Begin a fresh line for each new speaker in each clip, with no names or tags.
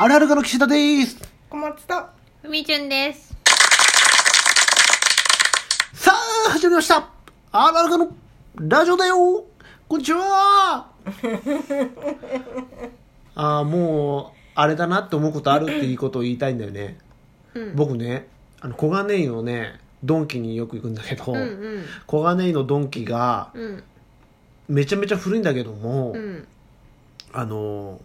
あるあるがの岸田です
小松と
ふみちゅんです。
さあ始まりましたあるあるがのラジオだよこんにち はああもうあれだなって思うことあるっていうことを言いたいんだよね、
うん
僕ねあの小金井のねドンキによく行くんだけど、
うんうん
小金井のドンキが
うん
めちゃめちゃ古いんだけども、
うん
あの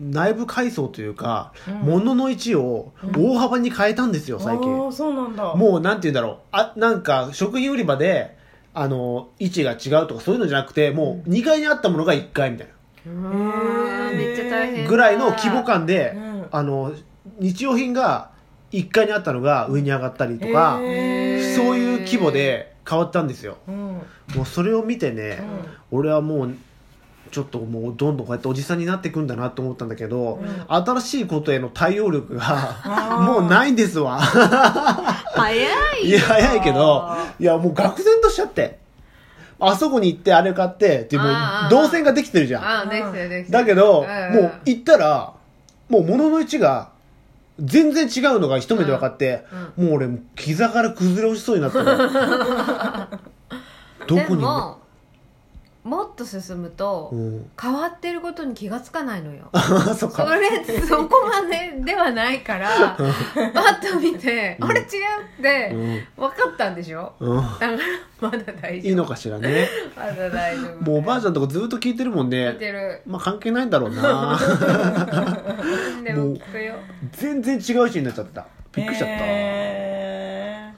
内部改装というか、
うん
ものの位置を大幅に変えたんですよ、最近
ああそうなんだ
もうなんて言うんだろうあなんか食品売り場であの位置が違うとかそういうのじゃなくてもう2階にあったものが1階みたいな、
うんめっちゃ大変
ぐらいの規模感で、
うん
あの日用品が1階にあったのが上に上がったりとか、
へー
そういう規模で変わったんですよ
うん
もうそれを見てね、俺はもうちょっともうどんどんこうやっておじさんになっていくんだなと思ったんだけど、
うん
新しいことへの対応力が
あー
もうないんですわ
早い
いや早いけどいやもう愕然としちゃってあそこに行ってあれ買ってっていうもう
あー
動線ができてるじゃん
あできてるできてる
だけど、
ん
もう行ったらもう物の位置が全然違うのが一目で分かって、もう俺もう膝から崩れ落ちそうになったの どこ
で
に
ももっと進むと、
うん、
変わってることに気がつかないのよ
あそっ
そ
か
れそこまでではないからパッと見て、
うん
あれ違うって、
うん
分かったんでしょ
うん
だからまだ大
いい
丈夫
のかしらね
まだ大丈夫
もうおばあちゃんとかずっと聞いてるもん
聞い
ね
てる
まあ関係ないんだろう な
でも聞くよ
全然違う人になっちゃってたびっくりしちゃった、
へ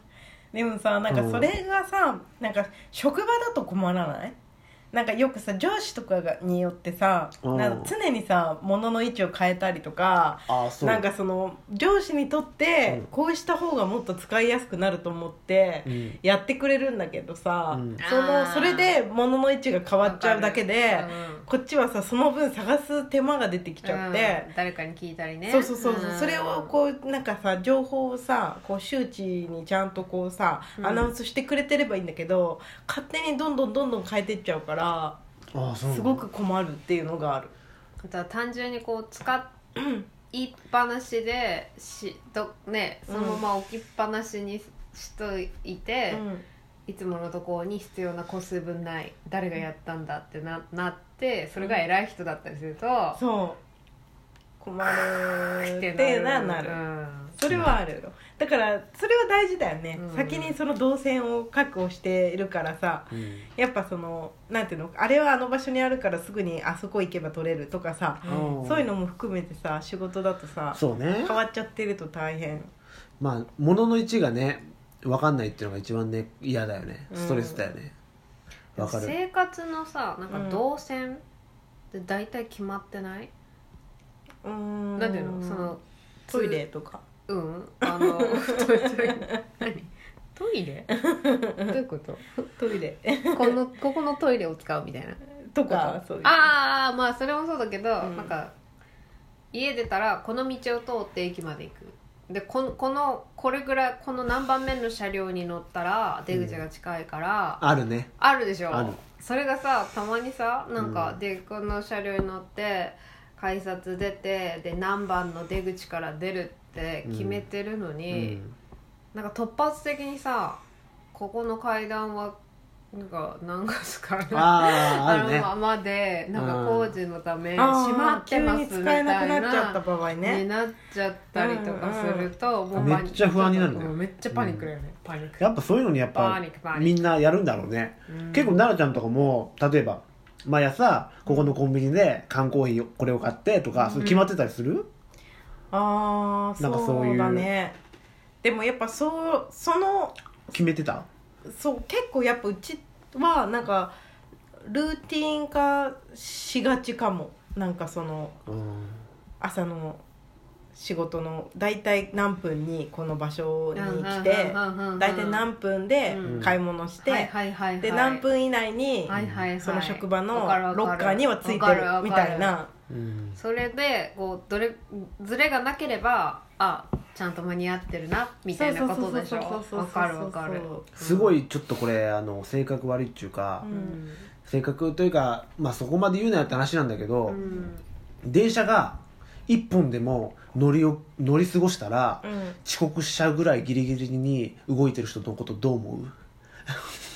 ーでもさなんかそれがさ、なんか職場だと困らないなんかよくさ上司とかがによってさ、
うん
なんか常にさ物の位置を変えたりとか
ああそう
なんかその上司にとって
うん
こうした方がもっと使いやすくなると思って
うん
やってくれるんだけどさ、
うん
そ
あ
の
ー
それで物の位置が変わっちゃうだけで
わかるうん
こっちはさその分探す手間が出てきちゃって
うん、誰かに聞いたりね
そうそうそうそう、
ん
それをこうなんかさ情報をさこう周知にちゃんとこうさ
うん
アナウンスしてくれてればいいんだけど、勝手にどんどんどんどん変えてっちゃうから
ああそう
すごく困るっていうのがある、
あとは単純にこう使いっぱなしでしど、ね、そのまま置きっぱなしにしといて、いつものとこに必要な個数分ない誰がやったんだってななってそれが偉い人だったりすると、
そう困る
っ
っててななる、
うん
それはあるよだからそれは大事だよね、
うん
先にその動線を確保しているからさ
うん
やっぱそのなんていうのあれはあの場所にあるからすぐにあそこ行けば取れるとかさ、
うん
そういうのも含めてさ仕事だとさ
そうね
変わっちゃってると大変
まあ物の位置がね分かんないっていうのが一番ね嫌だよね
うん
ストレスだよねわ、かる
生活のさなんか動線って大体決まってない、
うーん
なんていうのその
トイレとか
うんあの トイレ何トイレどういうこと
トイレ
このここのトイレを使うみたいな
とかそういう
ああまあそれもそうだけど、
ん
なんか家出たらこの道を通って駅まで行くでこのこのこれぐらいこの何番目の車両に乗ったら出口が近いから、
あるね
あるでしょ
ある
それがさたまにさなんか、
うん
でこの車両に乗って改札出てで何番の出口から出るって決めてるの
う
に、
ん
なんか突発的にさここの階段はなんか何月から
あああ
あ
る
の
ね
ままでなんか工事のため
あー
閉まってますみ
急に使
た
え
い
なく
な
なっちゃった場合ね
になっちゃったりとかすると、
ん
もうパニック
めっちゃ不安になるね
うんめっちゃパニックだよね、パニック
やっぱそういうのにやっ
パ
ぱ
ニックパニック
みんなやるんだろうね、
うん
結構奈々ちゃんとかも例えば毎朝ここのコンビニで缶コーヒーこれを買ってとか、そう決まってたりする
あー
なんかそういう
そうだねでもやっぱそうその
決めてた
そう結構やっぱうちはなんかルーティン化しがちかもなんかその
うん
朝の仕事の大体何分にこの場所に来て大体何分で
うん
買い物して、
はいはいはいはい
で何分以内に
はいはいはい
その職場の
わかるわかる
ロッカーにはついて
わか
る
わか
みたいな
うん
それでこうどれずれがなければあちゃんと間に合ってるなみたいなことでし
そう
ょ
そうそうそうそうそう
わかるわかる
すごいちょっとこれあの性格悪いっていうか、
う
うんん
性格というか、まあ、そこまで言うなよって話なんだけど、
うん
電車が一本でも乗りを乗り過ごしたら、
うん
遅刻しちゃうぐらいギリギリに動いてる人のことどう思う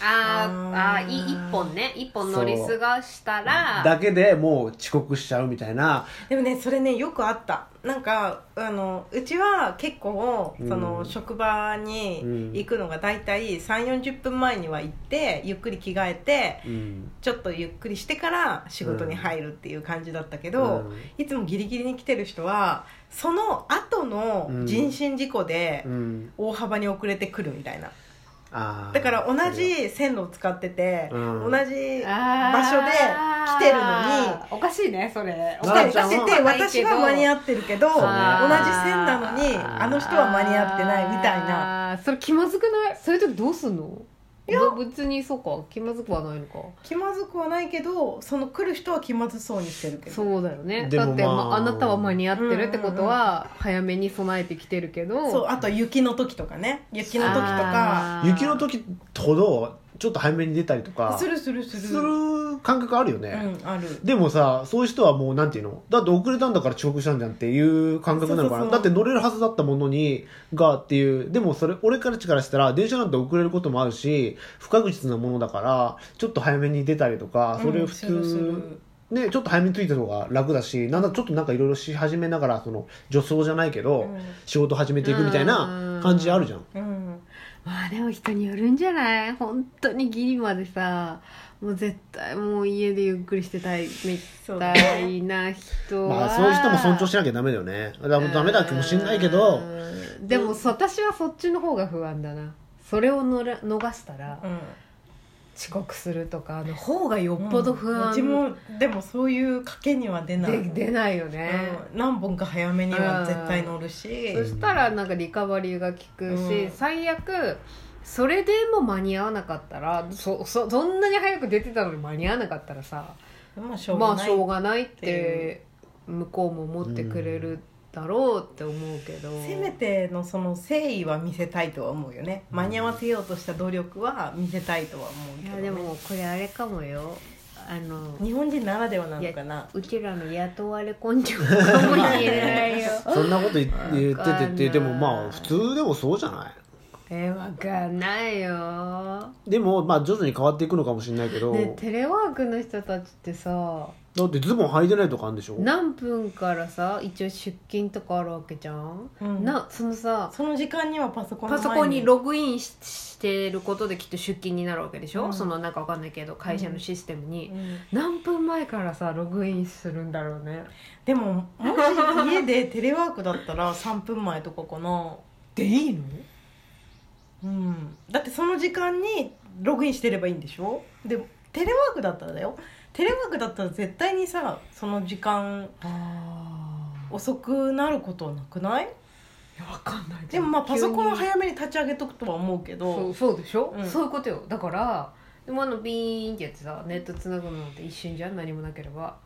あーあ
あー
ーい一本ね一本乗り過ごしたら
だけでもう遅刻しちゃうみたいな
でもねそれねよくあったなんかあのうちは結構その、
うん
職場に行くのが大体3 4 0分前には行ってゆっくり着替えて
うん
ちょっとゆっくりしてから仕事に入るっていう感じだったけど、
うん
いつもギリギリに来てる人はその後の人身事故で
うん
大幅に遅れてくるみたいな
あー
だから同じ線路を使ってて、
うん
同じ
場
場所で来てるのに
おかしいねそれ
おかしい
私って私は間に
合っ
合ってるけど同
そう
じ
ね
線なのにあの人は間に合ってないみたいな
なそれ気まずくないそういう時どうすんの
いや
まあ別にそうか気まずくはないのか
気まずくはないけどその来る人は気まずそうにしてるけどそう
そうだよね
でも
だって、
ま
ま
あ
あ、あなたは間に合ってるってことは早めに備えてきてるけど
あと雪の時とかね雪の時とか
あー
雪の時ほどちょっと早めに出たりとか
するするする
する感覚あるよね、
うんある
でもさそういう人はもうなんていうのだって遅れたんだから遅刻したんじゃんっていう感覚なのかな
そうそうそう
だって乗れるはずだったものにがっていうでもそれ俺からからしたら電車なんて遅れることもあるし不確実なものだからちょっと早めに出たりとかそれ
うん
普通、
するする
ねちょっと早めに着いた方が楽だしなんだちょっとなんかいろいろし始めながらその助走じゃないけど、
うん
仕事始めていくみたいな感じあるじゃん
うん
まあでも人によるんじゃない本当にギリまでさもう絶対もう家でゆっくりしてたいみ
そうだ
たいな人は
まあそういう人も尊重しなきゃダメだよねだからダメだかもしんないけど
うんでもそ私はそっちの方が不安だなそれをのら逃したら
うん
遅刻するとかの方がよっぽど不安
うちもでもそういう賭けには出ない
で出ないよね、
うん何本か早めには絶対乗るし
そしたらなんかリカバリーが効くし、
うん
最悪それでも間に合わなかったらそそそんなに早く出てたのに間に合わなかったらさ
まあしょう
ま
が
あ
な
し
い
ょうがないっ
ってい
て向こうも思ってくれるだろうって思うけど、
せめてのその誠意は見せたいとは思うよね間に合わせようとした努力は見せたいとは思う
い
けど、ね、
やでもこれあれかもよあの
日本人ならではなのかな
うちらの雇われ根性かもしれない よ
そんなこと言言っててってでもまあ
わ
普
かんない
通でもそうじゃない
えわかんないよ
でもまあ徐々に変わっていくのかもしれないけど、
ねテレワークの人たちってさ
だってズボン履いてないとかあるんでしょ
何分からさ一応出勤とかあるわけじゃん、
うん
なそのさ
その時間にはパソコンの
パ
前
ソコンにログインししてることできっと出勤になるわけでしょ、
うん
そのなんかわかんないけど会社のシステムに、
うん
何分前からさログインするんだろうね
でももし家でテレワークだった ら3分前とかかな
でいいの
うんだってその時間にログインしてればいいんでしょでテレワークだったらだよテレワークだったら絶対にさその時間
あ
遅くなることはなくない
あわかんない
でもまあパソコンは
急に
早めに立ち上げとくとは思うけ
そ
ど
うそうでしょ、
うん
そういうことよだからでもあのビーンってやってさネットつなぐのって一瞬じゃん何もなければ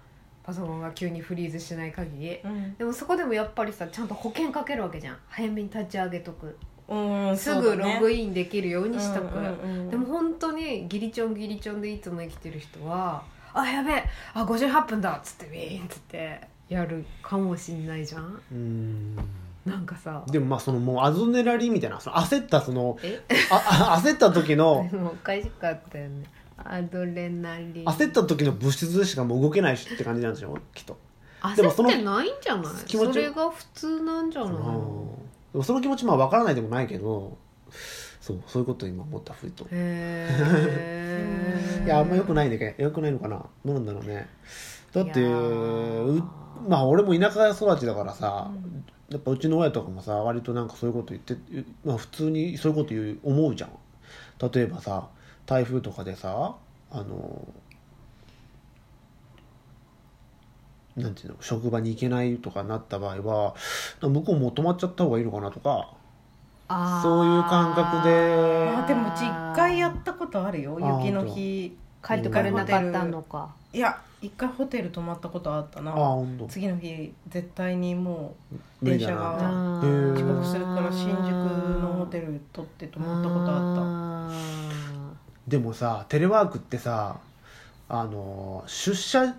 パソコンが急にフリーズしない限り
うん
でもそこでもやっぱりさちゃんと保険かけるわけじゃん早めに立ち上げとく、
うん
すぐログ
イ
インできるようにしとく、でも
も
本当にギリチョンギリチョンでいつも生きてる人は「あやべえあ58分だ」っつってウィーンっつってやるかもしんないじゃん
うん
なんかさ
でもまあそのもうアゾネラリみたいなその焦ったその
え
ああ焦った時 の
もうおかしかったよねアドレナリン
焦った時の物質しかもう動けないしって感じなんでしょきっと、でもそ
焦
の
ってないんじゃない
気持ち
それが普通なんじゃない
うんでもその気持ちまあ分からないでもないけどそうそういうことを今思ったふいと、
へえ
いやあんまよくないねよくないのかなどうなんだろうねだって
いやー
うまあ俺も田舎育ちだからさ、やっぱうちの親とかもさ割となんかそういうこと言って、うまあ、普通にそういうこと言う思うじゃん例えばさ台風とかでさあのなんていうの職場に行けないとかなった場合は向こうもう止まっちゃった方がいいのかなとか
あー
そういう感覚で
あでもうち1回やったことあるよ
あ
雪の日
帰ってこれなかったのか
いや1回ホテル泊まったことあった
ああ
な
本当
次の日絶対にもう
無
電
理だ
車
な
が
へー
遅刻するから新宿のホテル取って泊まったことあっ
でもさテレワークってさあの出社例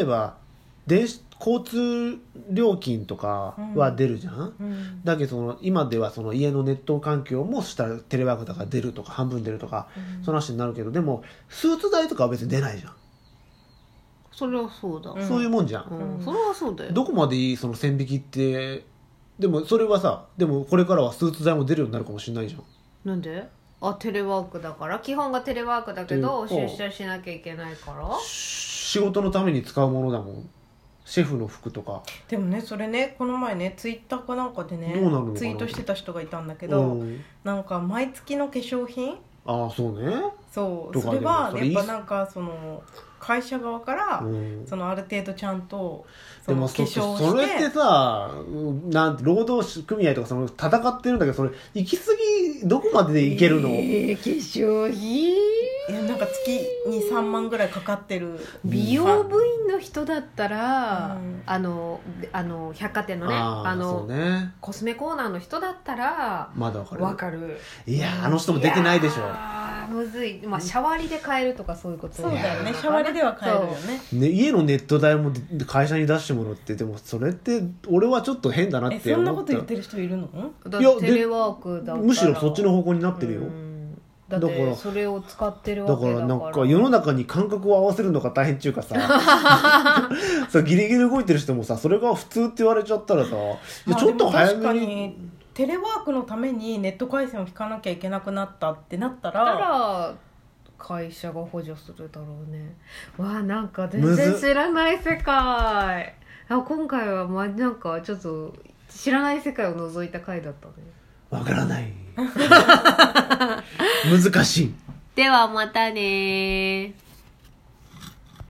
えば電子交通料金とかは出るじゃん、
うん
だけどその今ではその家のネット環境もしたらテレワークだから出るとか半分出るとか、
うん
その話になるけどでもスーツ代とかは別に出ないじゃん、
それはそうだ、
うん
そういうもんじゃん、
うん
うん
それはそうだよ
どこまでいいその線引きってでもそれはさでもこれからはスーツ代も出るようになるかもしれないじゃん
なんで
あテレワークだから基本がテレワークだけど
という
出
か
社しなきゃいけないから
仕事のために使うものだもんシェフの服とか
でもねそれねこの前ねツイッターかなんかでね
どうなるのかな
ツイートしてた人がいたんだけど、
うん
なんか毎月の化粧品
ああそうね、
そう
とか
それ
でも
は
それ
や
い
っ
い
ぱなんかその会社側から、
うん、
そのある程度ちゃんとそ
で
の
も
化
そ
粧を
そ
し
れっててさうんなんて労働組合とかその戦ってるんだけどそれ行き過ぎどこまででいけるの、
えー、化粧品
いやなんか月に3万ぐらいかかってる
美容部員の人だったら、
うん
あのであの百貨店のね
あ
あ
あそう
の
ね
コスメコーナーの人だったら
まだわかる
わかる
いやーあの人も出てないでしょ
あーむずい、まあ、シャワリで買えるとかそういうこと
そうだよねシャワリでは買えるよね
ね、家のネット代もで会社に出してもらってでもそれって俺はちょっと変だな
え
って
そんな
思
こ
っ
と
た
言ってる人いるの
だっ
いや
てテレワークだから
むしろそっちの方向になってるよ、
うんだっ
だから
てそれを使ってる
だ
わ
か
けだから
らなんか世の中に感覚を合わせるのが大変っていうかさ そうギリギリ動いてる人もさそれが普通って言われちゃったらさいや
まあ
ちょっと早
でも
め
確か
に
にテレワークのためにネット回線を引かなきゃいけなくなったってなった
だ
ら
から会社が補助するだろうねわあなんか全
む
然
ず
知らない世界あ今回はまあなんかちょっと知らない世界を覗いた回だったね
わからない 難しい
ではまたねー